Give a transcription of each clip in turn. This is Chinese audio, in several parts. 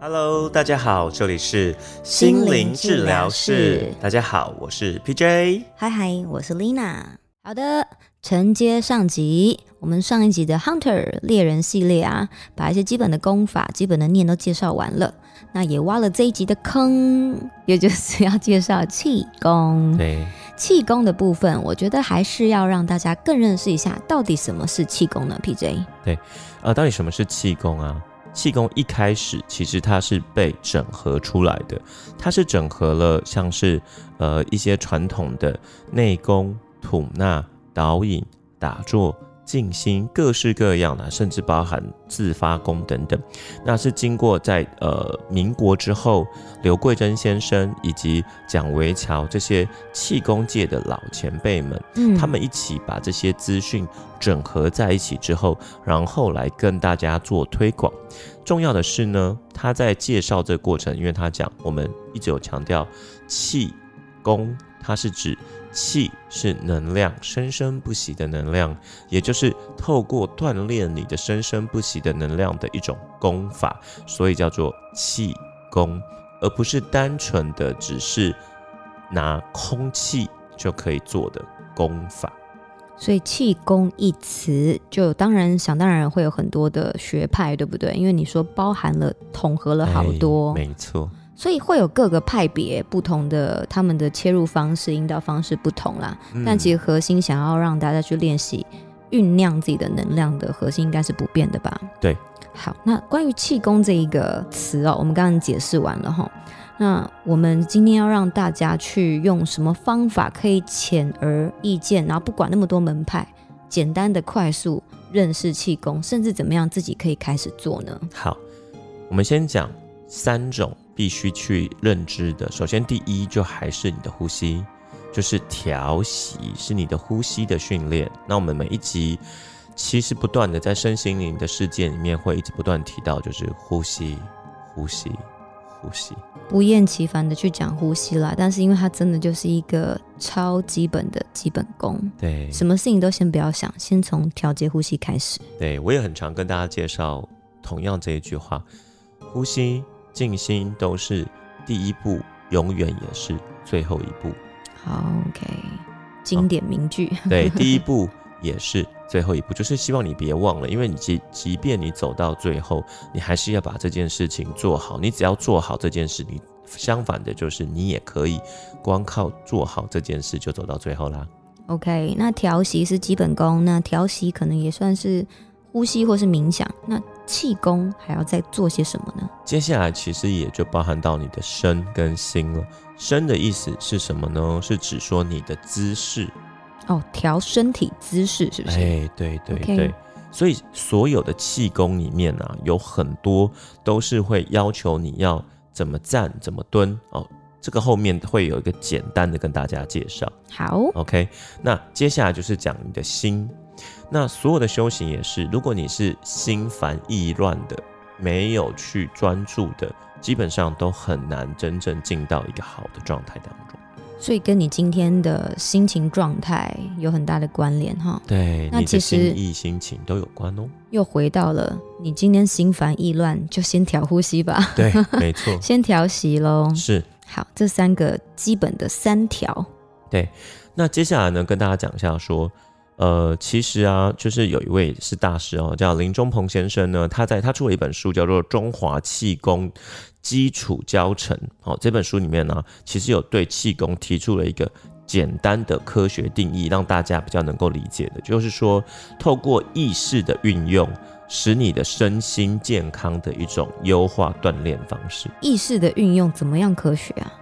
Hello，大家好，这里是心灵治疗室大家好，我是 PJ。嗨嗨，我是 Lina。好的，承接上集，我们上一集的 Hunter 猎人系列啊，把一些基本的功法、基本的念都介绍完了，那也挖了这一集的坑，也就是要介绍气功。 对，气功的部分，我觉得还是要让大家更认识一下，到底什么是气功呢？PJ，呃，到底什么是气功啊？气功一开始其实它是被整合出来的，它是整合了像是呃一些传统的内功、吐纳、导引、打坐、静心，各式各样的，甚至包含自发功等等。那是经过在呃民国之后，刘桂珍先生以及蒋维桥这些气功界的老前辈们。嗯他们一起把这些资讯整合在一起之后，然后来跟大家做推广。重要的是呢，他在介绍这个过程，因为他讲我们一直有强调气功，它是指气是能量，生生不息的能量，也就是透过锻炼你的生生不息的能量的一种功法，所以叫做气功，而不是单纯的只是拿空气就可以做的功法。所以气功一词，就当然想当然会有很多的学派，对不对？因为你说包含了统合了好多，哎没错，所以会有各个派别不同的他们的切入方式、引导方式不同啦。但其实实核心想要让大家去练习酝酿自己的能量的核心应该是不变的吧？对。好，那关于气功这一个词哦，我们刚刚解释完了哈。那我们今天要让大家去用什么方法可以显而易见，然后不管那么多门派，简单的快速认识气功，甚至怎么样自己可以开始做呢？好，我们先讲三种必须去认知的。首先，第一就还是你的呼吸，就是调息，是你的呼吸的训练。那我们每一集其实不断的在身心灵的世界里面会一直不断提到，就是呼吸，呼吸，呼吸。不厌其烦的去讲呼吸啦，但是因为它真的就是一个超基本的基本功，对，什么事情都先不要想，先从调节呼吸开始。对我也很常跟大家介绍同样这一句话：呼吸、静心都是第一步，永远也是最后一步。好，OK，经典名句。对，第一步也是最后一步，就是希望你别忘了，因为你即即便你走到最后，你还是要把这件事情做好。你只要做好这件事，你相反的就是你也可以光靠做好这件事就走到最后啦。 OK，那调息是基本功，那调息可能也算是呼吸或是冥想。那气功还要再做些什么呢？接下来其实也就包含到你的身跟心了。身的意思是什么呢？是指说你的姿势，哦，调身体姿势是不是？哎，对对 OK 对，所以所有的气功里面啊，有很多都是会要求你要怎么站、怎么蹲哦。这个后面会有一个简单的跟大家介绍。好， OK，那接下来就是讲你的心。那所有的修行也是，如果你是心烦意乱的，没有去专注的，基本上都很难真正进到一个好的状态当中。所以跟你今天的心情状态有很大的关联哈。对，那你的其实心意、心情都有关哦。又回到了你今天心烦意乱，就先调呼吸吧， 对，没 错，先调息喽。是。好，这三个基本的三条。那接下来呢，跟大家讲一下说，呃，其实啊，就是有一位是大师哦，叫林中鹏先生呢，他在他出了一本书，叫做《中华气功基础教程》。哦，这本书里面呢、其实有对气功提出了一个。简单的科学定义，让大家比较能够理解的，就是说，透过意识的运用，使你的身心健康的一种优化锻炼方式。意识的运用怎么样科学啊？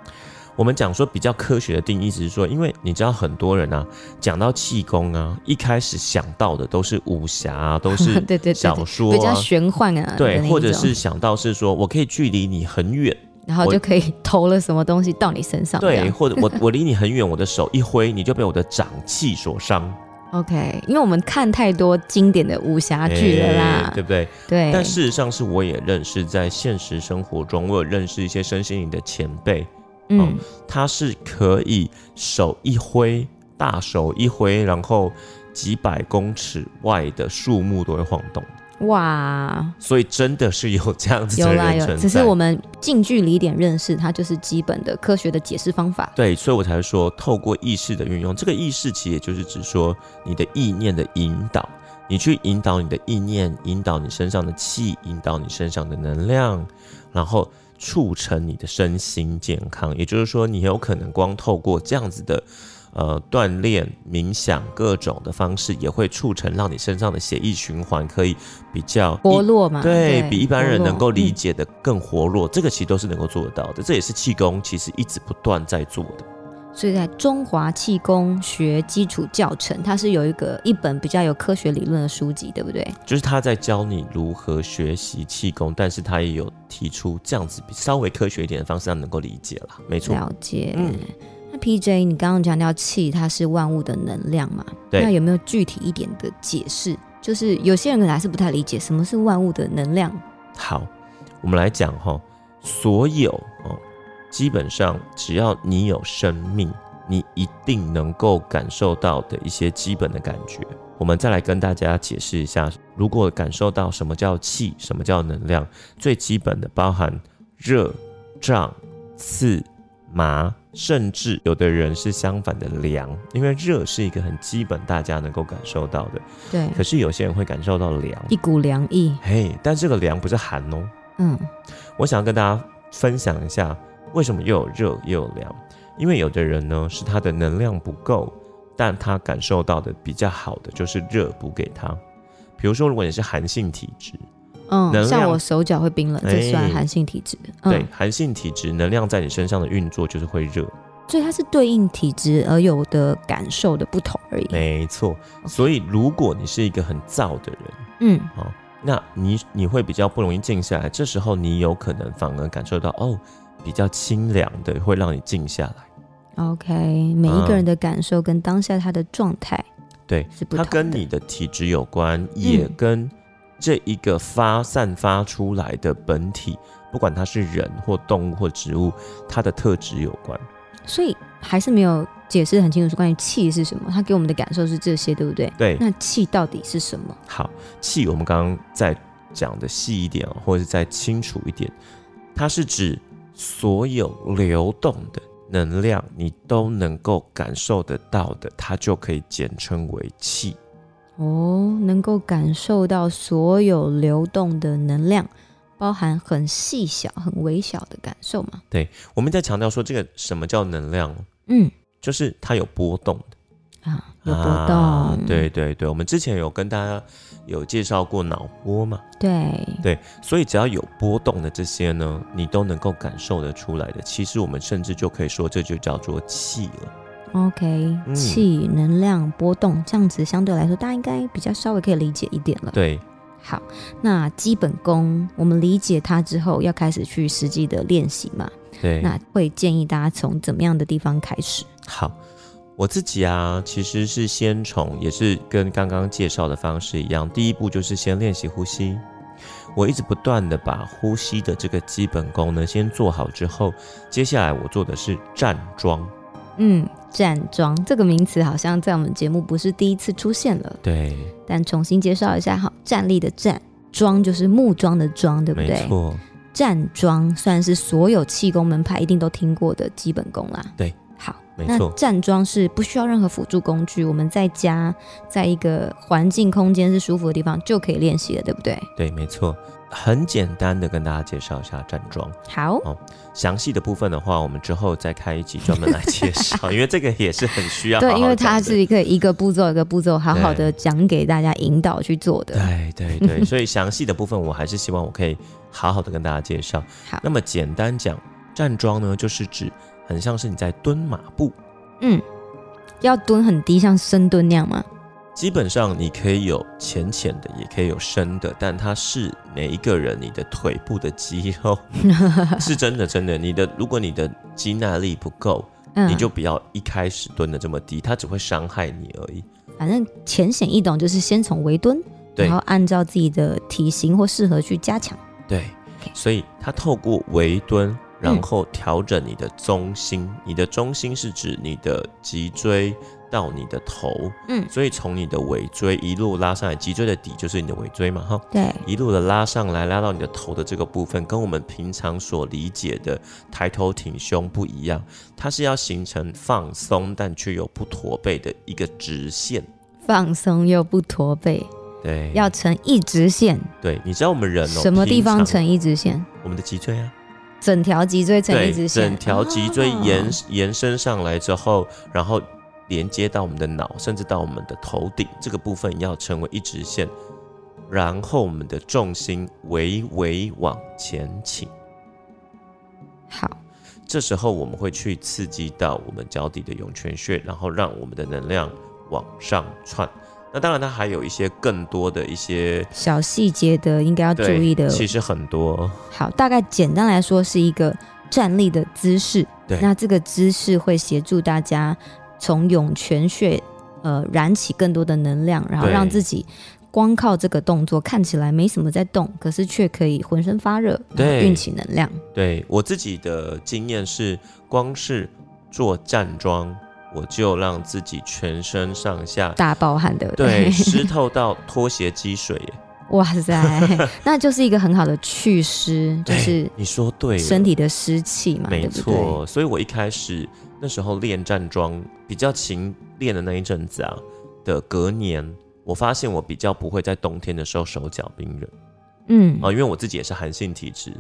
我们讲说比较科学的定义，只是说，因为你知道很多人啊，讲到气功啊，一开始想到的都是武侠、 啊，都是对对对小对，说、比较啊，玄幻啊，对的那，一或者种是想到是说我可以距离你很远，然后我就可以投了什么东西到你身上这样。对，或者 我我离你很远，我的手一挥，你就被我的掌气所伤， ，OK，因为我们看太多经典的武侠剧了啦哎，对不对？对，但事实上是我也认识，在现实生活中，我有认识一些身心灵的前辈，嗯，他是可以手一挥，大手一挥，然后几百公尺外的树木都会晃动。哇，所以真的是有这样子有的啦人有，存只在是。我们近距离一点认识它，就是基本的科学的解释方法。对，所以我才说透过意识的运用，这个意识其实也就是指说你的意念的引导，你去引导你的意念，引导你身上的气，引导你身上的能量，然后促成你的身心健康。也就是说，你有可能光透过这样子的。呃，锻炼、冥想各种的方式，也会促成让你身上的血液循环可以比较一活络嘛，对比一般人能够理解。解嗯的更活络，这个其实都是能够做得到的，这也是气功其实一直不断在做的。所以在中华气功学基础教程，它是有一个一本比较有科学理论的书籍，对不对？就是他在教你如何学习气功，但是他也有提出这样子比稍微科学一点的方式，让你能够理解啦。没错，了解。嗯那 PJ，你刚刚强调气，它是万物的能量嘛？对那有没有具体一点的解释？就是有些人可能还是不太理解什么是万物的能量。好，我们来讲哈，所有哦，基本上只要你有生命，你一定能够感受到的一些基本的感觉。我们再来跟大家解释一下，如果感受到什么叫气，什么叫能量，最基本的包含热、胀、刺、麻，甚至有的人是相反的凉，因为热是一个很基本大家能够感受到的，对，可是有些人会感受到凉，一股凉意。嘿，但这个凉不是寒哦，嗯，我想要跟大家分享一下，为什么又有热又有凉？因为有的人呢是他的能量不够，但他感受到的比较好的就是热补给他。比如说，如果你是寒性体质，能嗯，量像我手脚会冰冷，哎这算寒性体质。对嗯，寒性体质能量在你身上的运作就是会热，所以它是对应体质而有的感受的不同而已。没错。所以如果你是一个很燥的人，嗯，那你你会比较不容易静下来，这时候你有可能反而感受到哦，比较清凉的会让你静下来。 OK，每一嗯个人的感受跟当下他的状态对是不它同的。跟你的体质有关，也跟这一个发散发出来的本体，不管它是人或动物或植物，它的特质有关。所以还是没有解释得很清楚，是关于气是什么。他给我们的感受是这些，对不对？对，那气到底是什么？好，气我们刚刚再讲的细一点哦，或者是再清楚一点，它是指所有流动的能量，你都能够感受得到的，它就可以简称为气。哦，能够感受到所有流动的能量，包含很细小、很微小的感受嘛？我们在强调说，这个什么叫能量，嗯就是它有波动。啊，有嗯波动，啊对对对，我们之前有跟大家有介绍过脑波嘛，嗯对对，所以只要有波动的这些呢，你都能够感受得出来的。其实我们甚至就可以说，这就叫做气了。 ，OK，、嗯气、能量、波动，这样子相对来说，大家应该比较稍微可以理解一点了。对，好，那基本功我们理解它之后，要开始去实际的练习嘛？对，那会建议大家从怎么样的地方开始？好，我自己啊，其实是先从也是跟刚刚介绍的方式一样，第一步就是先练习呼吸。我一直不断的把呼吸的这个基本功呢先做好之后，接下来我做的是站桩。嗯，站桩这个名词好像在我们节目不是第一次出现了，对，但重新介绍一下哈，站立的站，桩就是木桩的桩，对不没对？错。站桩算是所有气功门派一定都听过的基本功啦。对，好，没那错站桩是不需要任何辅助工具，我们在家，在一个环境空间是舒服的地方就可以练习了，对不对？对，没错，很简单的跟大家介绍一下站桩。好，详细的部分的话，我们之后再开一集专门来介绍， 因为这个也是很需要好好对，因为讲它的是一个一个步骤一个步骤好好的讲给大家引导去做的。对对对，所以详细的部分我还是希望我可以好好的跟大家介绍。 好那么简单讲，站桩呢，就是指很像是你在蹲马步，嗯，要蹲很低，像深蹲那样吗？基本上你可以有浅浅的，也可以有深的，但它是每一个人你的腿部的肌肉 是真的真的，你的如果你的肌耐力不够，嗯，你就不要一开始蹲的这么低，它只会伤害你而已。反正浅显易懂，就是先从围蹲，对然后按照自己的体型或适合去加强。对 OK 所以它透过围蹲，然后调整你的中心。你的中心是指你的脊椎、到你的头，嗯所以从你的尾椎一路拉上来，脊椎的底就是你的尾椎嘛，哈，对，一路的拉上来，拉到你的头的这个部分，跟我们平常所理解的抬头挺胸不一样，它是要形成放松但却又不驼背的一个直线。放松又不驼背，嗯对，要成一直线，对，你知道我们人哦，什么地方平常成一直线？我们的脊椎啊，整条脊椎成一对，直线，整条脊椎哦延、延伸上来之后，然后连接到我们的脑，甚至到我们的头顶这个部分要成为一直线，然后我们的重心微微往前倾。好，这时候我们会去刺激到我们脚底的涌泉穴，然后让我们的能量往上窜。那当然，它还有一些更多的一些小细节的应该要注对意的。其实很多好，大概简单来说是一个站立的姿势。对那这个姿势会协助大家从涌泉穴呃燃起更多的能量，然后对让自己。光靠这个动作看起来没什么在动，可是却可以浑身发热，然后对运起能量。对我自己的经验是，光是做站桩，我就让自己全身上下大爆汗的，对湿透到拖鞋积水耶。 哇塞， 那就是一个很好的祛湿， 就是你说对了，身体的湿气嘛，没对不对？错，所以我一开始那时候练站桩比较勤练的那一阵子啊的隔年，我发现我比较不会在冬天的时候手脚冰冷嗯啊、，因为我自己也是寒性体质。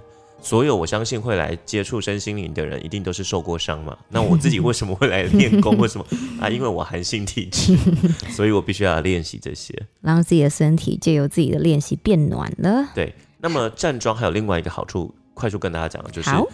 所有我相信会来接触身心灵的人，一定都是受过伤嘛。那我自己为什么会来练功？为什么 啊？因为我寒性体质， 所以我必须要练习这些。让自己的身体借由自己的练习变暖了。对，那么站桩还有另外一个好处，快速跟大家讲，就是好，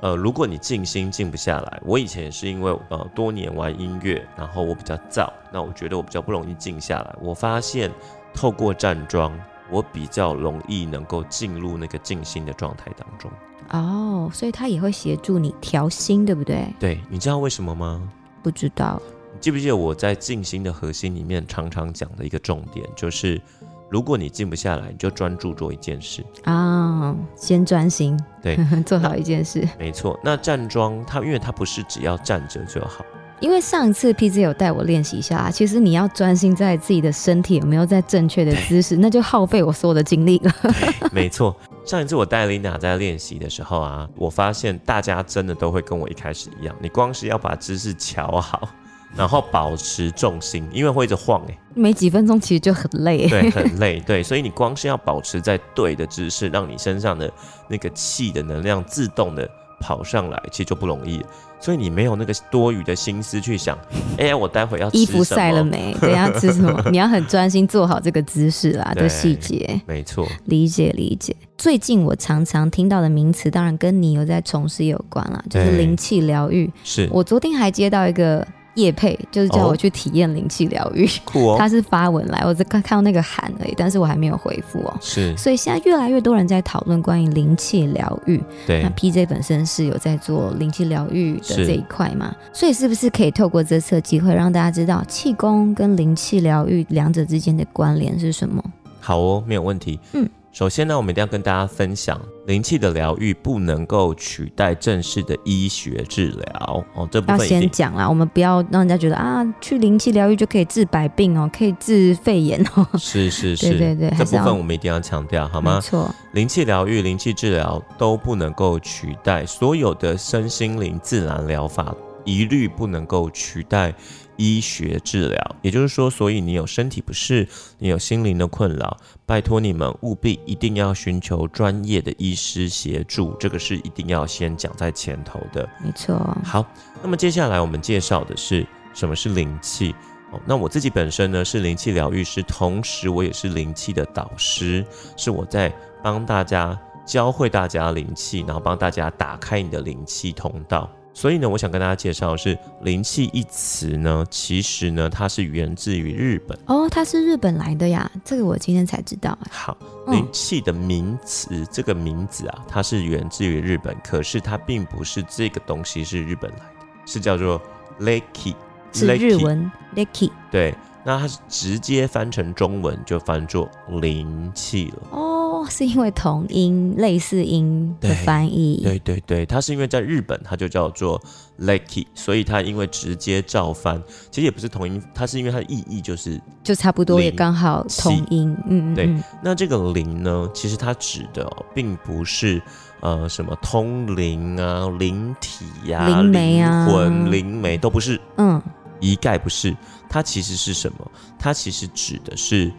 呃，如果你静心静不下来，我以前也是因为呃多年玩音乐，然后我比较躁，那我觉得我比较不容易静下来。我发现透过站桩，我比较容易能够进入那个静心的状态当中。哦，所以它也会协助你调心，对不对？对，你知道为什么吗？不知道，你记不记得我在静心的核心里面常常讲的一个重点，就是如果你静不下来，你就专注做一件事。啊、先专心，对， 做好一件事。没错，那站桩它因为它不是只要站着就好。因为上次 P Z 有带我练习一下啊，其实你要专心在自己的身体有没有在正确的姿势，那就耗费我所有的精力了。 没错，上一次我带琳娜在练习的时候啊，我发现大家真的都会跟我一开始一样，你光是要把姿势瞧好，然后保持重心，因为会一直晃哎、没几分钟其实就很累。对，很累，对，所以你光是要保持在对的姿势，让你身上的那个气的能量自动的跑上来，其实就不容易，所以你没有那个多余的心思去想，哎、我待会要吃衣服什晒了么？没？等一下吃什么？你要很专心做好这个姿势啦对的细节，没错，理解理解。最近我常常听到的名词，当然跟你有在从事有关啦，就是对灵气疗愈。是我昨天还接到一个业配，就是叫我去体验灵气疗愈，酷哦他，是发文来，我只看看到那个函而已，但是我还没有回复哦。是所以现在越来越多人在讨论关于灵气疗愈。对那 PJ 本身是有在做灵气疗愈的是这一块嘛，所以是不是可以透过这次的机会让大家知道气功跟灵气疗愈两者之间的关联是什么？好哦，没有问题。嗯，首先呢，我们一定要跟大家分享，灵气的疗愈不能够取代正式的医学治疗哦，这部要分一先定讲啦，我们不要让人家觉得啊，去灵气疗愈就可以治百病哦，可以治肺炎哦。是是是， 对对对，这还部是要分我们一定要强调好吗没？错，灵气疗愈、灵气治疗都不能够取代，所有的身心灵自然疗法一律不能够取代医学治疗。也就是说，所以你有身体不适，你有心灵的困扰，拜托你们务必一定要寻求专业的医师协助，这个是一定要先讲在前头的。没错。好，那么接下来我们介绍的是什么是灵气。哦，那我自己本身呢是灵气疗愈师，同时我也是灵气的导师，是我在帮大家教会大家灵气，然后帮大家打开你的灵气通道。所以呢，我想跟大家介绍的是灵气一词呢，其实呢它是源自于日本。哦，他是日本来的呀，这个我今天才知道。好，嗯灵气的名词这个名字啊，它是源自于日本，可是它并不是这个东西是日本来的，是叫做 leki，是日文 lucky 对，那它是直接翻成中文就翻作灵气了。哦，哦，是因为同音类似音的翻译，对对对，它是因为在日本它就叫做 lucky，所以它因为直接照翻，其实也不是同音，它是因为它的意义就是就差不多也零刚好同音，嗯嗯对嗯，那这个灵呢，其实它指的哦、并不是呃什么通灵啊、灵体呀、灵媒啊灵魂、灵媒都不是，嗯，一概不是。它其实是什么？它其实指的是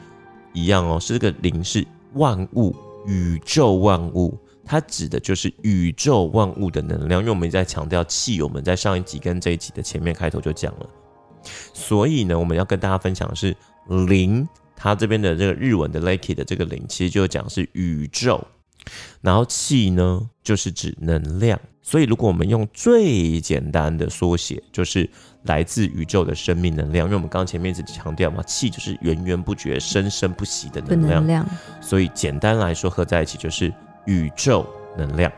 一样哦，是这个灵是万物、宇宙万物。它指的就是宇宙万物的能量，因为我们一直在强调气，我们在上一集跟这一集的前面开头就讲了。所以呢，我们要跟大家分享的是灵，它这边的这个日文的 lucky 的这个灵，其实就讲是宇宙，然后气呢就是指能量。所以如果我们用最简单的缩写，就是来自宇宙的生命能量，因为我们刚刚前面一直强调嘛，气就是源源不绝、生生不息的不能量能，量所以简单来说合在一起就是宇宙能量。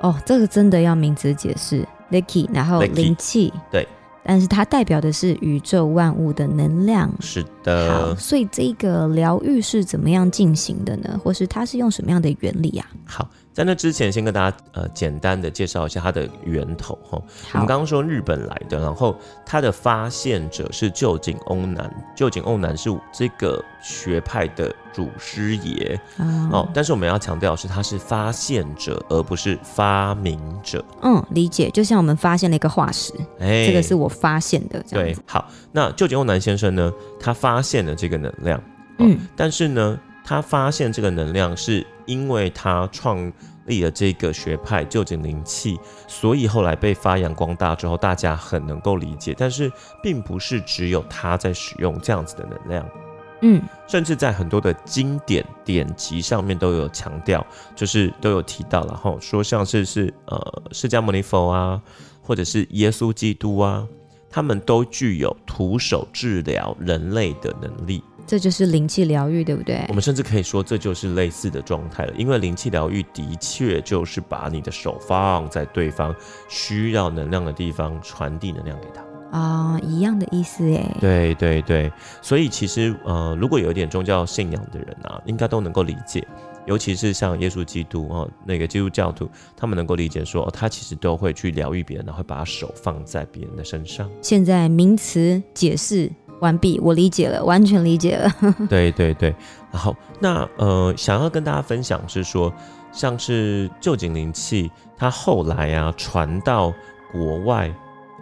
哦，这个真的要名词解释，lucky，然后 Lucky，灵气，对，但是它代表的是宇宙万物的能量。是好，的，所以这个疗愈是怎么样进行的呢？或是它是用什么样的原理啊？好，在那之前先跟大家呃简单的介绍一下它的源头哈。我好们，刚刚说日本来的，然后它的发现者是旧井欧南，旧井欧南是这个学派的祖师爷啊哦。但是我们要强调的是，他是发现者，而不是发明者。嗯，理解。就像我们发现了一个化石，哎，这个是我发现的，这样对子。。好，那旧井欧南先生呢，他发现了这个能量。哦嗯，但是呢，他发现这个能量是因为他创立了这个学派旧井灵气，所以后来被发扬光大之后，大家很能够理解。但是，并不是只有他在使用这样子的能量，嗯，甚至在很多的经典典籍上面都有强调，就是都有提到了哈，说像是是呃释迦牟尼佛啊，或者是耶稣基督啊，他们都具有徒手治疗人类的能力。这就是灵气疗愈，对不对我？们甚至可以说，这就是类似的状态了，因为灵气疗愈的确就是把你的手放在对方需要能量的地方，传递能量给他。啊、一样的意思耶。对对对，所以其实呃，如果有一点宗教信仰的人啊，应该都能够理解，尤其是像耶稣基督哦，那个基督教徒，他们能够理解说，哦，他其实都会去疗愈别人，然后会把手放在别人的身上。现在名词解释完毕，我理解了，完全理解了。 对对对，然后那呃，想要跟大家分享是说，像是旧井灵气，它后来啊传到国外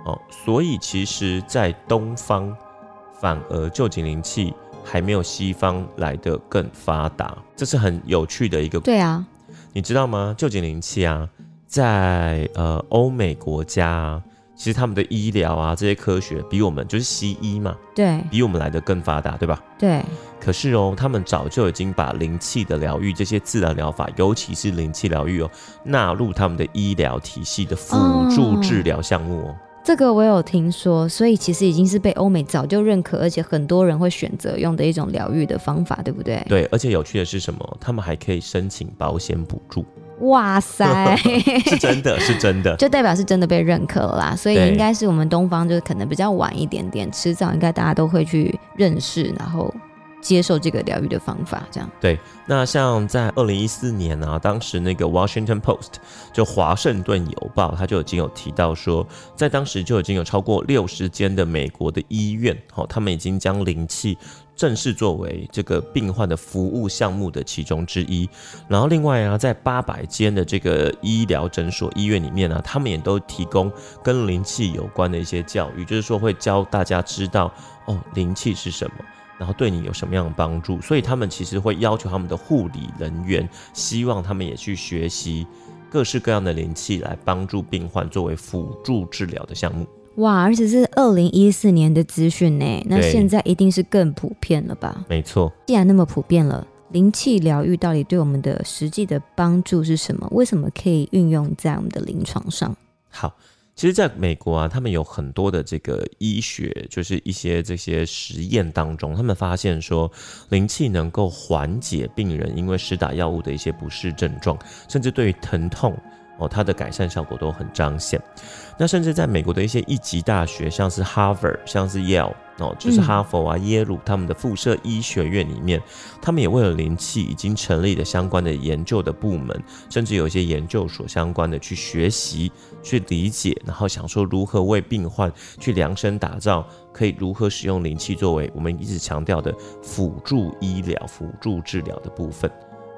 哦，所以其实在东方，反而旧井灵气还没有西方来的更发达，这是很有趣的一个，对啊，你知道吗？旧井灵气啊，在呃欧美国家啊，其实他们的医疗啊这些科学比我们就是西医嘛，对比我们来的更发达，对吧？对，可是哦，他们早就已经把灵气的疗愈这些自然疗法，尤其是灵气疗愈哦，纳入他们的医疗体系的辅助治疗项目哦。这个我有听说，所以其实已经是被欧美早就认可，而且很多人会选择用的一种疗愈的方法，对不对？对，而且有趣的是什么？他们还可以申请保险补助，哇塞！是真的，是真的。就代表是真的被认可了啦，所以对应该是我们东方就是可能比较晚一点点，迟早应该大家都会去认识，然后接受这个疗愈的方法，这样。那像在二零一四年啊，当时那个 Washington Post 就华盛顿邮报，它就已经有提到说，在当时就已经有超过六十间的美国的医院，哦，他们已经将灵气正式作为这个病患的服务项目的其中之一。然后另外啊，在八百间的这个医疗诊所医院里面呢、啊，他们也都提供跟灵气有关的一些教育，就是说会教大家知道哦，灵气是什么。然后对你有什么样的帮助？所以他们其实会要求他们的护理人员，希望他们也去学习各式各样的灵气来帮助病患作为辅助治疗的项目。哇，而且是二零一四年的资讯呢，那对现在一定是更普遍了吧？没错，既然那么普遍了，灵气疗愈到底对我们的实际的帮助是什么？为什么可以运用在我们的临床上？好。其实，在美国啊，他们有很多的这个医学，就是一些这些实验当中，他们发现说，灵气能够缓解病人因为施打药物的一些不适症状，甚至对于疼痛哦，它的改善效果都很彰显。那甚至在美国的一些一级大学，像是 Harvard、像是 Yale 哦，就是嗯哈佛啊、耶鲁他们的附设医学院里面，他们也为了灵气已经成立了相关的研究的部门，甚至有一些研究所相关的去学习、去理解，然后想说如何为病患去量身打造，可以如何使用灵气作为我们一直强调的辅助医疗、辅助治疗的部分。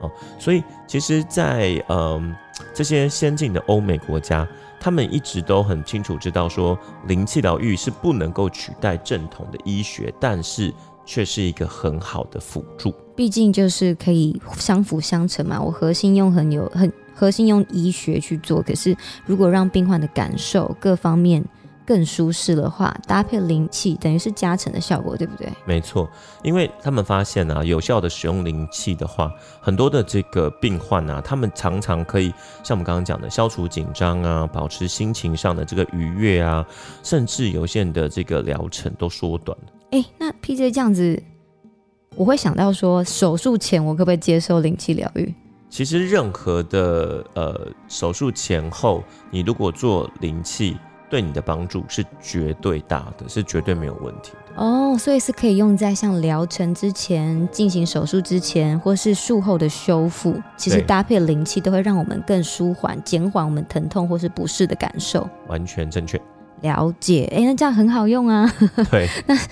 哦，所以其实在，嗯这些先进的欧美国家，他们一直都很清楚知道说，灵气疗愈是不能够取代正统的医学，但是却是一个很好的辅助。毕竟就是可以相辅相成嘛。我核心用很有很核心用医学去做，可是如果让病患的感受各方面更舒适的话，搭配灵气等于是加成的效果，对不对？没错，因为他们发现啊，有效的使用灵气的话，很多的这个病患啊，他们常常可以像我们刚刚讲的，消除紧张啊，保持心情上的这个愉悦啊，甚至有些人的这个疗程都缩短了。哎，那 PJ 这样子，我会想到说，手术前我可不可以接受灵气疗愈？其实任何的呃手术前后，你如果做灵气，对你的帮助是绝对大的，是绝对没有问题的。哦，所以是可以用在像疗程之前、进行手术之前，或是术后的修复。其实对搭配灵气都会让我们更舒缓，减缓我们疼痛或是不适的感受。完全正确，了解，哎、那这样很好用啊！ 对，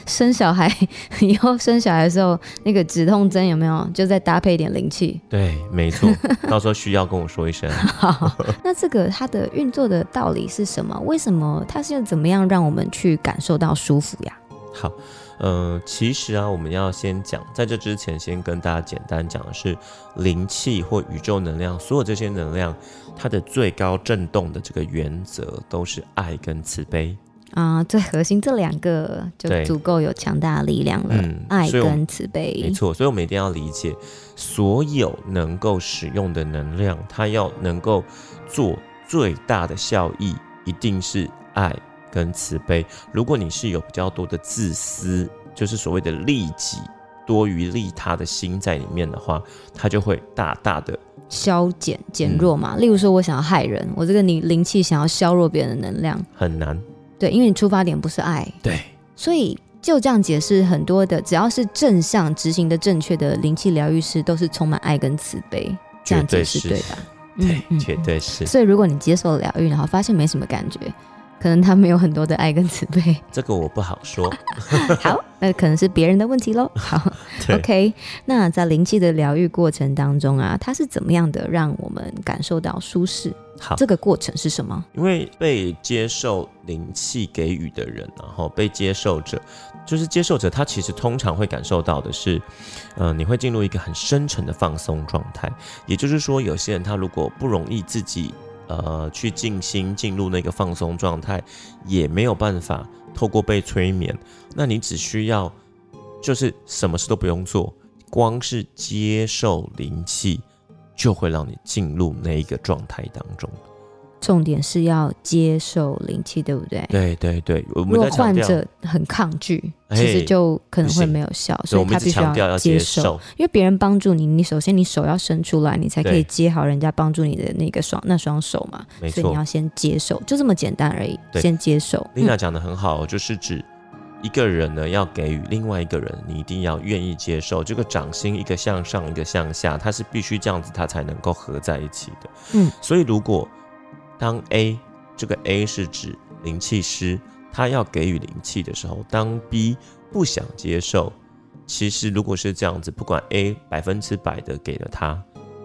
生小孩 以后生小孩的时候，那个止痛针有没有就再搭配一点灵气？ 对，没错。到时候需要跟我说一声。好，那这个它的运作的道理是什么？为什么它是怎么样让我们去感受到舒服呀？好，呃，其实啊，我们要先讲，在这之前，先跟大家简单讲的是灵气或宇宙能量，所有这些能量，它的最高振动的这个原则都是爱跟慈悲。啊、最核心这两个就对足够有强大的力量了，嗯爱所以我们跟慈没悲。错，所以我们一定要理解，所有能够使用的能量，它要能够做最大的效益，一定是爱跟慈悲。如果你是有比较多的自私，就是所谓的利己多于利他的心在里面的话，它就会大大的消减嗯减弱嘛，例如说我想要害人，我这个你灵气想要削弱别人的能量，很难。对，因为你出发点不是爱，对，所以就这样解释，很多的只要是正向执行的正确的灵气疗愈师，都是充满爱跟慈悲，绝这样解对释是，对嗯吧？对，绝对是。所以如果你接受了疗愈，然后发现没什么感觉，可能他没有很多的爱跟慈 悲，这个我不好 说。好，那可能是别人的问 题喽。好对，OK，那在灵气的疗愈过程当中啊，它是怎么样的让我们感受到舒适？好，这个过程是什么？因为被接受灵气给予的人，然后被接受者，就是接受者，他其实通常会感受到的是，嗯、你会进入一个很深沉的放松状态。也就是说，有些人他如果不容易自己呃去静心进入那个放松状态，也没有办法透过被催眠，那你只需要就是什么事都不用做，光是接受灵气，就会让你进入那一个状态当中。重点是要接受灵气，对不对？对对对，我如们果在强患调，者很抗拒，哎其实就可能不会行没有效，所以所我以们他一直必须强调要接接受。受，因为别人帮助你，你首先你手要伸出来，你才可以对接好人家帮助你的那个双那双手嘛。没所以你错要。先接受，就这么简单而已。对先接受。嗯丽娜讲的很好，就是指一个人呢要给予另外一个人，你一定要愿意接受这个掌心，一个向上，一个向下，它是必须这样子，它才能够合在一起的。嗯，所以如果当 A 这个 A 是指灵气师，他要给予灵气的时候，当 B 不想接受，其实如果是这样子，不管 A 百分之百的给了他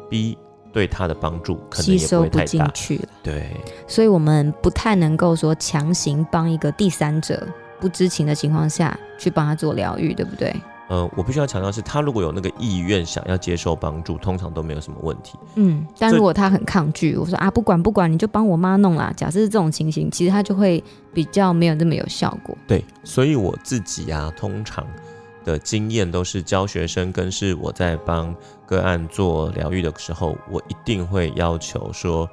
，B 对他的帮助可能吸也不收会太进大。去了，对，所以我们不太能够说强行帮一个第三者不知情的情况下去帮他做疗愈，对不对？呃，我必须要强调是，他如果有那个意愿想要接受帮助，通常都没有什么问题。嗯，但这如果他很抗拒，我说啊，不管不管，你就帮我妈弄啦。假设是这种情形，其实他就会比较没有那么有效果。对，所以我自己啊，通常的经验都是教学生，跟是我在帮个案做疗愈的时候，我一定会要求说，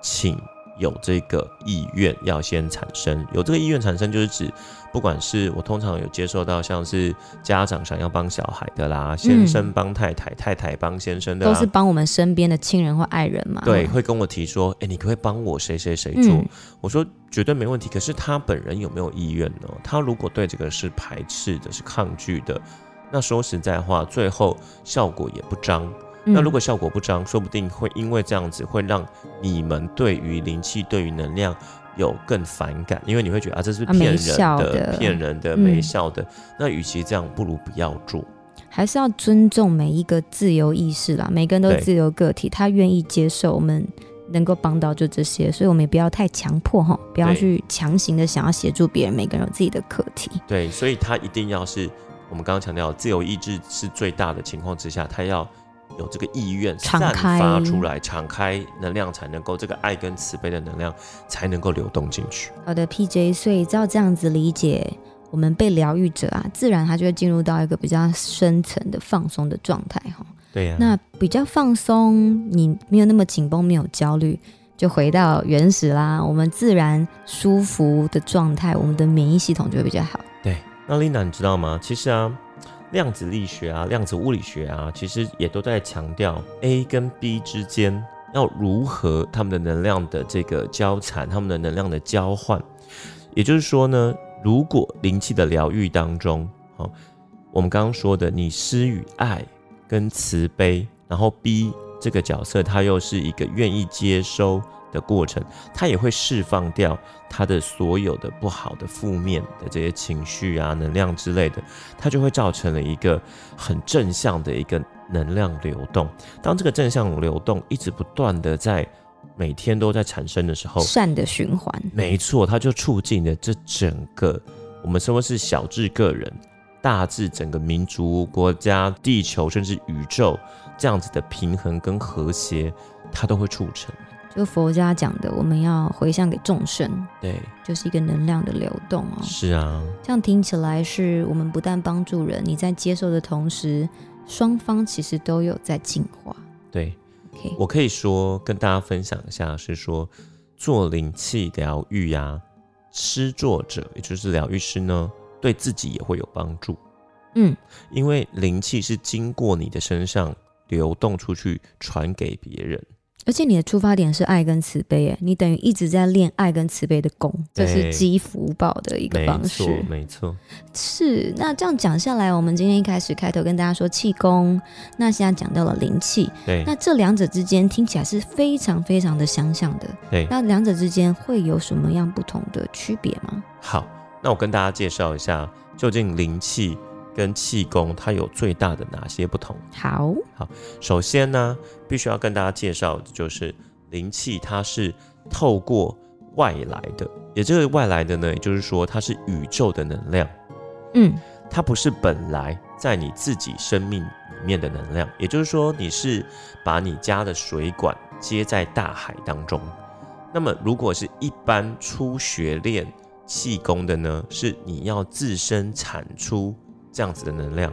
请有这个意愿要先产生，有这个意愿产生就是指，不管是我通常有接受到像是家长想要帮小孩的啦，先生帮太太，太太帮先生的嗯都啦，是帮我们身边的亲人或爱人嘛。啊对，，会跟我提说，哎、你可不可以帮我谁谁谁做？嗯，我说绝对没问题。可是他本人有没有意愿呢？他如果对这个是排斥的，是抗拒的，那说实在话，最后效果也不彰。那如果果效果不彰，说不定会因为这样子，会让你们对于灵气、对于能量有更反感，因为你会觉得啊，这是啊没骗人效的、的骗人的、嗯没效的。那与其这样，不如不要做。还是要尊重每一个自由意识啦，每个人都是对自由个体，他愿意接受我们。能够帮到就这些，所以我们也不要太强迫哈，不要对去强行的想要协助别人，每个人有自己的课题。对，所以他一定要是我们刚刚强调，自由意志是最大的情况之下，他要有这个意愿敞散发开出来，敞开能量才能够这个爱跟慈悲的能量才能够流动进去。好的，PJ，所以照这样子理解，我们被疗愈者啊，自然他就会进入到一个比较深层的放松的状态哈。对呀、那比较放松，你没有那么紧绷，没有焦虑，就回到原始啦，我们自然舒服的状态，我们的免疫系统就会比较好。对，那 Lina 你知道吗？其实啊，量子力学啊、量子物理学啊，其实也都在强调 A 跟 B 之间要如何它们的能量的这个交缠，它们的能量的交换。也就是说呢，如果灵气的疗愈当中，好、我们刚刚说的，你施予爱跟慈悲，然后 B 这个角色他又是一个愿意接收的过程，他也会释放掉他的所有的不好的、负面的这些情绪啊、能量之类的，它就会造成了一个很正向的一个能量流动。当这个正向流动一直不断的在每天都在产生的时候，善的循环，没错，它就促进了这整个我们说是小至个人，大至整个民族、国家、地球，甚至宇宙这样子的平衡跟和谐，它都会促成。就佛家讲的，我们要回向给众生，对，就是一个能量的流动哦。是啊，这样听起来是我们不但帮助人，你在接受的同时，双方其实都有在进化。对。 OK，我可以说跟大家分享一下，是说做灵气疗愈啊，施作者也就是疗愈师呢，对自己也会有帮助，嗯，因为灵气是经过你的身上流动出去，传给别人。而且你的出发点是爱跟慈悲，哎，你等于一直在练爱跟慈悲的功，这是对积福报的一个没方错，式。没错，是，那这样讲下来，我们今天一开始开头跟大家说气功，那现在讲到了灵气，对那这两者之间听起来是非常非常的相像的。对。那两者之间会有什么样不同的区别吗？好，那我跟大家介绍一下，究竟灵气跟气功它有最大的哪些不同？好，首先呢，必须要跟大家介绍的就是灵气，它是透过外来的，也这个外来的呢，也就是说它是宇宙的能量，嗯，它不是本来在你自己生命里面的能量，也就是说你是把你家的水管接在大海当中。那么如果是一般初学练气功的呢，是你要自身产出这样子的能量。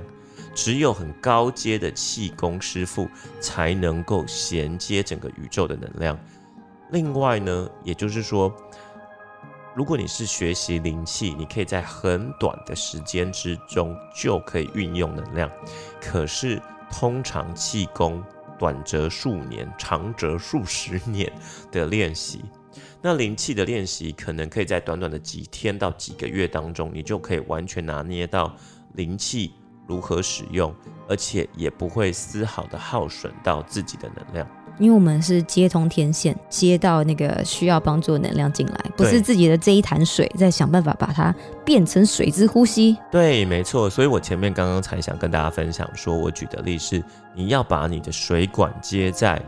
只有很高阶的气功师傅才能够衔接整个宇宙的能量。另外呢，也就是说，如果你是学习灵气，你可以在很短的时间之中就可以运用能量。可是通常气功短则数年，长则数十年的练习。那灵气的练习可能可以在短短的几天到几个月当中，你就可以完全拿捏到灵气如何使用，而且也不会丝毫的耗损到自己的能量。因为我们是接通天线，接到那个需要帮助的能量进来，不是自己的这一潭水在想办法把它变成水之呼吸。对，没错，所以我前面刚刚才想跟大家分享说，我举的例是，你要把你的水管接在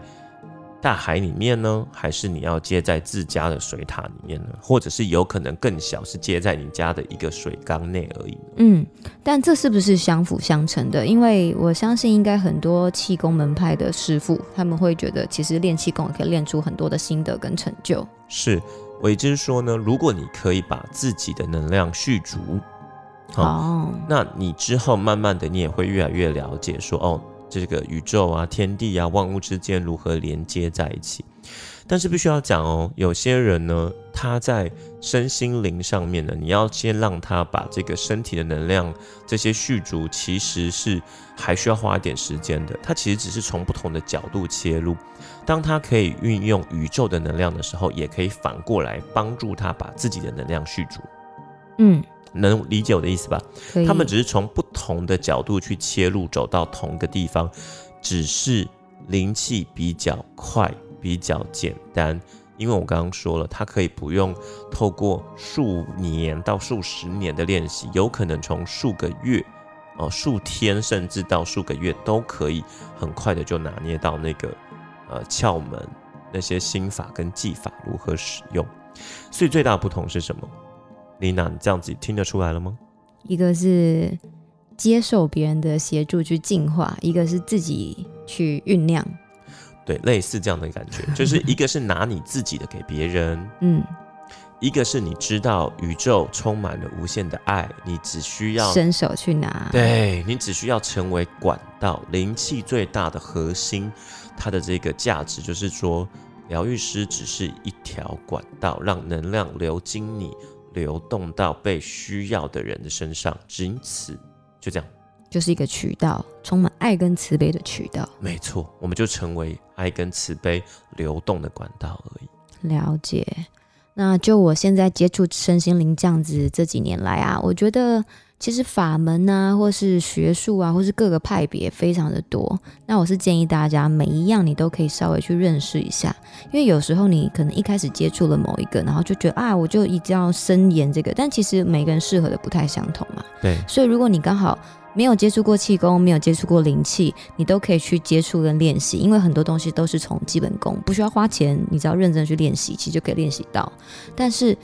大海里面呢，还是你要接在自家的水塔里面呢？或者是有可能更小，是接在你家的一个水缸内而已呢？嗯，但这是不是相辅相成的？因为我相信，应该很多气功门派的师傅，他们会觉得其实练气功也可以练出很多的心得跟成就。是，我也就是说呢，如果你可以把自己的能量蓄足，好，哦，那你之后慢慢的，你也会越来越了解说，哦，这个宇宙啊、天地啊、万物之间如何连接在一起。但是必须要讲哦，有些人呢，他在身心灵上面呢，你要先让他把这个身体的能量这些续足，其实是还需要花一点时间的。他其实只是从不同的角度切入，当他可以运用宇宙的能量的时候，也可以反过来帮助他把自己的能量续足。嗯，能理解我的意思吧？可以。他们只是从不同的角度去切入，走到同个地方，只是灵气比较快，比较简单。因为我刚刚说了，它可以不用透过数年到数十年的练习，有可能从数个月、哦、数天，甚至到数个月都可以很快的就拿捏到那个呃窍门，那些心法跟技法如何使用。所以最大的不同是什么？丽娜，你这样子听得出来了吗？一个是接受别人的协助去进化，一个是自己去酝酿。对，类似这样的感觉，就是一个是拿你自己的给别人，嗯，一个是你知道宇宙充满了无限的爱，你只需要，伸手去拿。，对你只需要成为管道，灵气最大的核心，它的这个价值就是说，疗愈师只是一条管道，让能量流经你，流动到被需要的人的身上，仅此，就这样。就是一个渠道，充满爱跟慈悲的渠道。没错，我们就成为爱跟慈悲流动的管道而已。了解。那就我现在接触身心灵这样子这几年来啊，我觉得其实法门啊，或是学术啊，或是各个派别非常的多。那我是建议大家每一样你都可以稍微去认识一下，因为有时候你可能一开始接触了某一个，然后就觉得啊，我就一定要深研这个，但其实每个人适合的不太相同嘛。对，所以如果你刚好没有接触过气功，没有接触过灵气，你都可以去接触跟练习，因为很多东西都是从基本功，不需要花钱，你只要认真去练习，其实就可以练习到。但是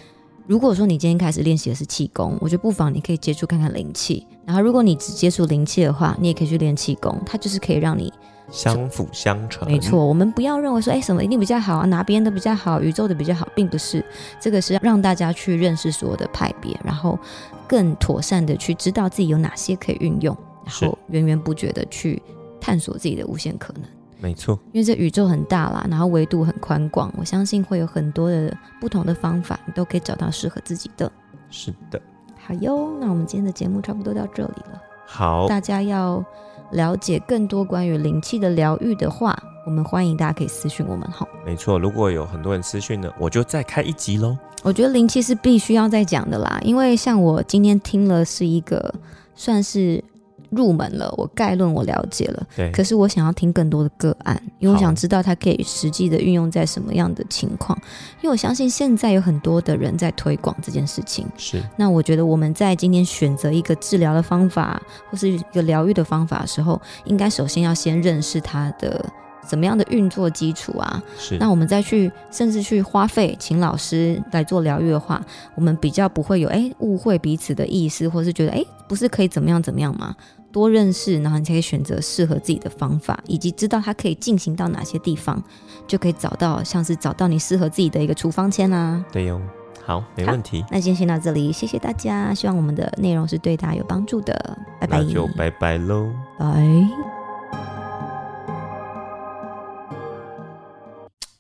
如果说你今天开始练习的是气功，我觉得不妨你可以接触看看灵气。然后如果你只接触灵气的话，你也可以去练气功，它就是可以让你相辅相成，没错，我们不要认为说，哎，什么一定比较好啊，哪边的比较好，宇宙的比较好，并不是。这个是让大家去认识所有的派别，然后更妥善的去知道自己有哪些可以运用，然是后源源不绝的去探索自己的无限可能。没错，因为这宇宙很大啦，然后维度很宽广，我相信会有很多的不同的方法，你都可以找到适合自己的。是的。好哟，那我们今天的节目差不多到这里了。好，大家要了解更多关于灵气的疗愈的话，我们欢迎大家可以私讯我们哈。没错。如果有很多人私讯呢，我就再开一集喽。我觉得灵气是必须要再讲的啦，因为像我今天听了是一个算是入门了，我概论我了解了，对，可是我想要听更多的个案，因为我哎好想知道它可以实际的运用在什么样的情况，因为我相信现在有很多的人在推广这件事情。是那我觉得我们在今天选择一个治疗的方法或是一个疗愈的方法的时候，应该首先要先认识它的怎么样的运作基础啊，是，那我们再去，甚至去花费请老师来做疗愈的话，我们比较不会有哎误会彼此的意思，或是觉得哎不是可以怎么样怎么样吗？多认识，然后你才可以选择适合自己的方法，以及知道它可以进行到哪些地方，就可以找到像是找到你适合自己的一个处方签啦、对哟。好，没好问题。那今天先到这里，谢谢大家，希望我们的内容是对大家有帮助的，拜拜，那就拜拜 喽。拜。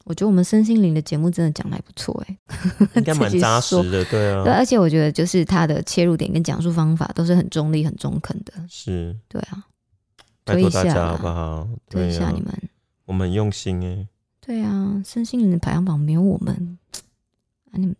我觉得我们身心灵的节目真的讲的还不错哎、应该自蛮己扎说实的，对对，啊，而且我觉得就是他的切入点跟讲述方法都是很中立、很中肯的。是。对啊，拜 推托一大下家啦好不好？对一对下啊你，们。我们很用心哎。对啊，身心灵的排行榜没有我们，啊你们。